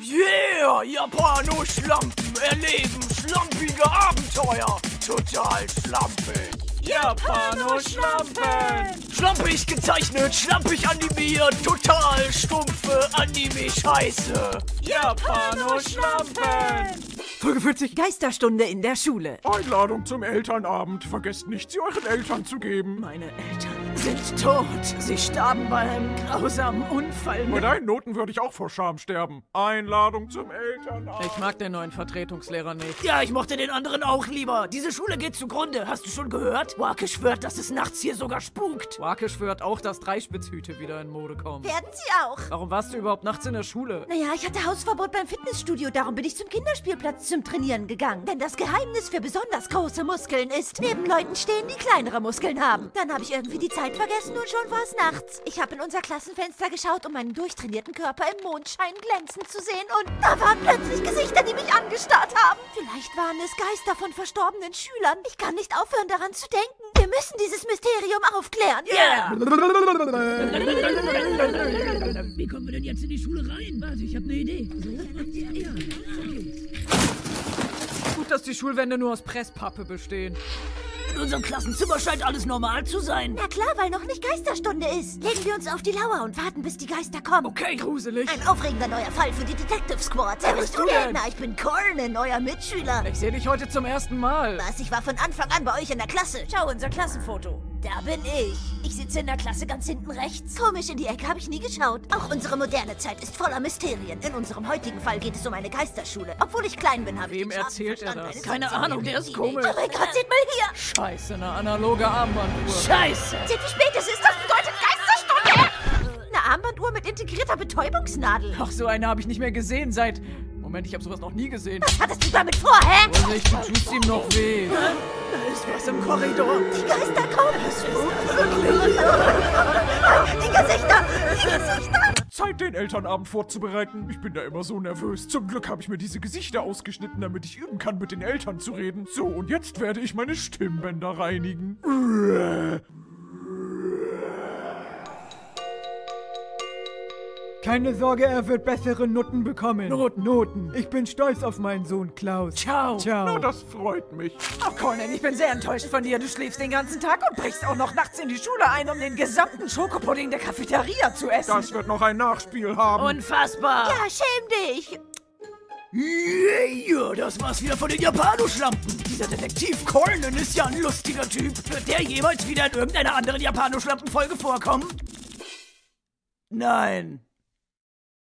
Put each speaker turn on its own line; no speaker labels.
Yeah, Japano-Schlampen erleben schlampige Abenteuer. Total schlampig.
Japano-Schlampen.
Schlampig gezeichnet, schlampig animiert, total stumpfe Anime-Scheiße. Folge 40.
Geisterstunde in der Schule.
Einladung zum Elternabend. Vergesst nicht, sie euren Eltern zu geben.
Meine Eltern sind tot. Sie starben bei einem grausamen Unfall.
Bei deinen Noten würde ich auch vor Scham sterben. Einladung zum Elternabend.
Ich mag den neuen Vertretungslehrer nicht.
Ja, ich mochte den anderen auch lieber. Diese Schule geht zugrunde. Hast du schon gehört? Wake schwört, dass es nachts hier sogar spukt.
Wake schwört auch, dass Dreispitzhüte wieder in Mode kommen.
Werden sie auch.
Warum warst du überhaupt nachts in der Schule?
Naja, ich hatte Hausverbot beim Fitnessstudio, darum bin ich zum Kinderspielplatz zum Trainieren gegangen. Denn das Geheimnis für besonders große Muskeln ist, neben Leuten stehen, die kleinere Muskeln haben. Dann habe ich irgendwie die Zeit vergessen und schon war es nachts. Ich habe in unser Klassenfenster geschaut, um meinen durchtrainierten Körper im Mondschein glänzen zu sehen und da waren plötzlich Gesichter, die mich angestarrt haben. Vielleicht waren es Geister von verstorbenen Schülern. Ich kann nicht aufhören, daran zu denken. Wir müssen dieses Mysterium aufklären.
Yeah. Wie kommen wir denn jetzt in die Schule rein? Warte, ich habe eine Idee.
Gut, dass die Schulwände nur aus Presspappe bestehen.
In unserem Klassenzimmer scheint alles normal zu sein.
Na klar, weil noch nicht Geisterstunde ist. Legen wir uns auf die Lauer und warten, bis die Geister kommen.
Okay,
Gruselig.
Ein aufregender neuer Fall für die Detective Squad. Wer bist du denn? Na, ich bin Cornan, euer Mitschüler.
Ich sehe dich heute zum ersten Mal.
Was? Ich war von Anfang an bei euch in der Klasse. Schau unser Klassenfoto. Da bin ich. Ich sitze in der Klasse ganz hinten rechts. Komisch, in die Ecke habe ich nie geschaut. Auch unsere moderne Zeit ist voller Mysterien. In unserem heutigen Fall geht es um eine Geisterschule. Obwohl ich klein bin, habe ich
Wem
den Schaden
erzählt er
verstanden.
das?
Eine
Keine
17-jährige
Ahnung, der ist
Teenager.
komisch.
Oh mein Gott, seht mal hier.
Scheiße, eine analoge Armbanduhr.
Scheiße.
Seht, wie spät es ist. Das bedeutet Geisterstunde. Eine Armbanduhr mit integrierter Betäubungsnadel.
Ach, so eine habe ich nicht mehr gesehen seit... Moment, ich habe sowas noch nie gesehen.
Was hattest du damit vor, hä?
Vorsicht, du tust ihm noch weh.
Da ist was im Korridor.
Die Geister kommen. Die Gesichter. Die Gesichter.
Zeit, den Elternabend vorzubereiten. Ich bin da immer so nervös. Zum Glück habe ich mir diese Gesichter ausgeschnitten, damit ich üben kann, mit den Eltern zu reden. So, und jetzt werde ich meine Stimmbänder reinigen.
Keine Sorge, er wird bessere Noten bekommen.
Noten.
Noten. Ich bin stolz auf meinen Sohn Klaus.
Ciao.
Na,
Ciao.
das freut mich.
Oh, Conan, ich bin sehr enttäuscht von dir. Du schläfst den ganzen Tag und brichst auch noch nachts in die Schule ein, um den gesamten Schokopudding der Cafeteria zu essen.
Das wird noch ein Nachspiel
Oh,
haben.
Unfassbar.
Ja, schäm dich.
Yeah, das war's wieder von den Japanoschlampen. Dieser Detektiv Cornan ist ja ein lustiger Typ. Wird der jemals wieder in irgendeiner anderen Japanoschlampenfolge vorkommen? Nein.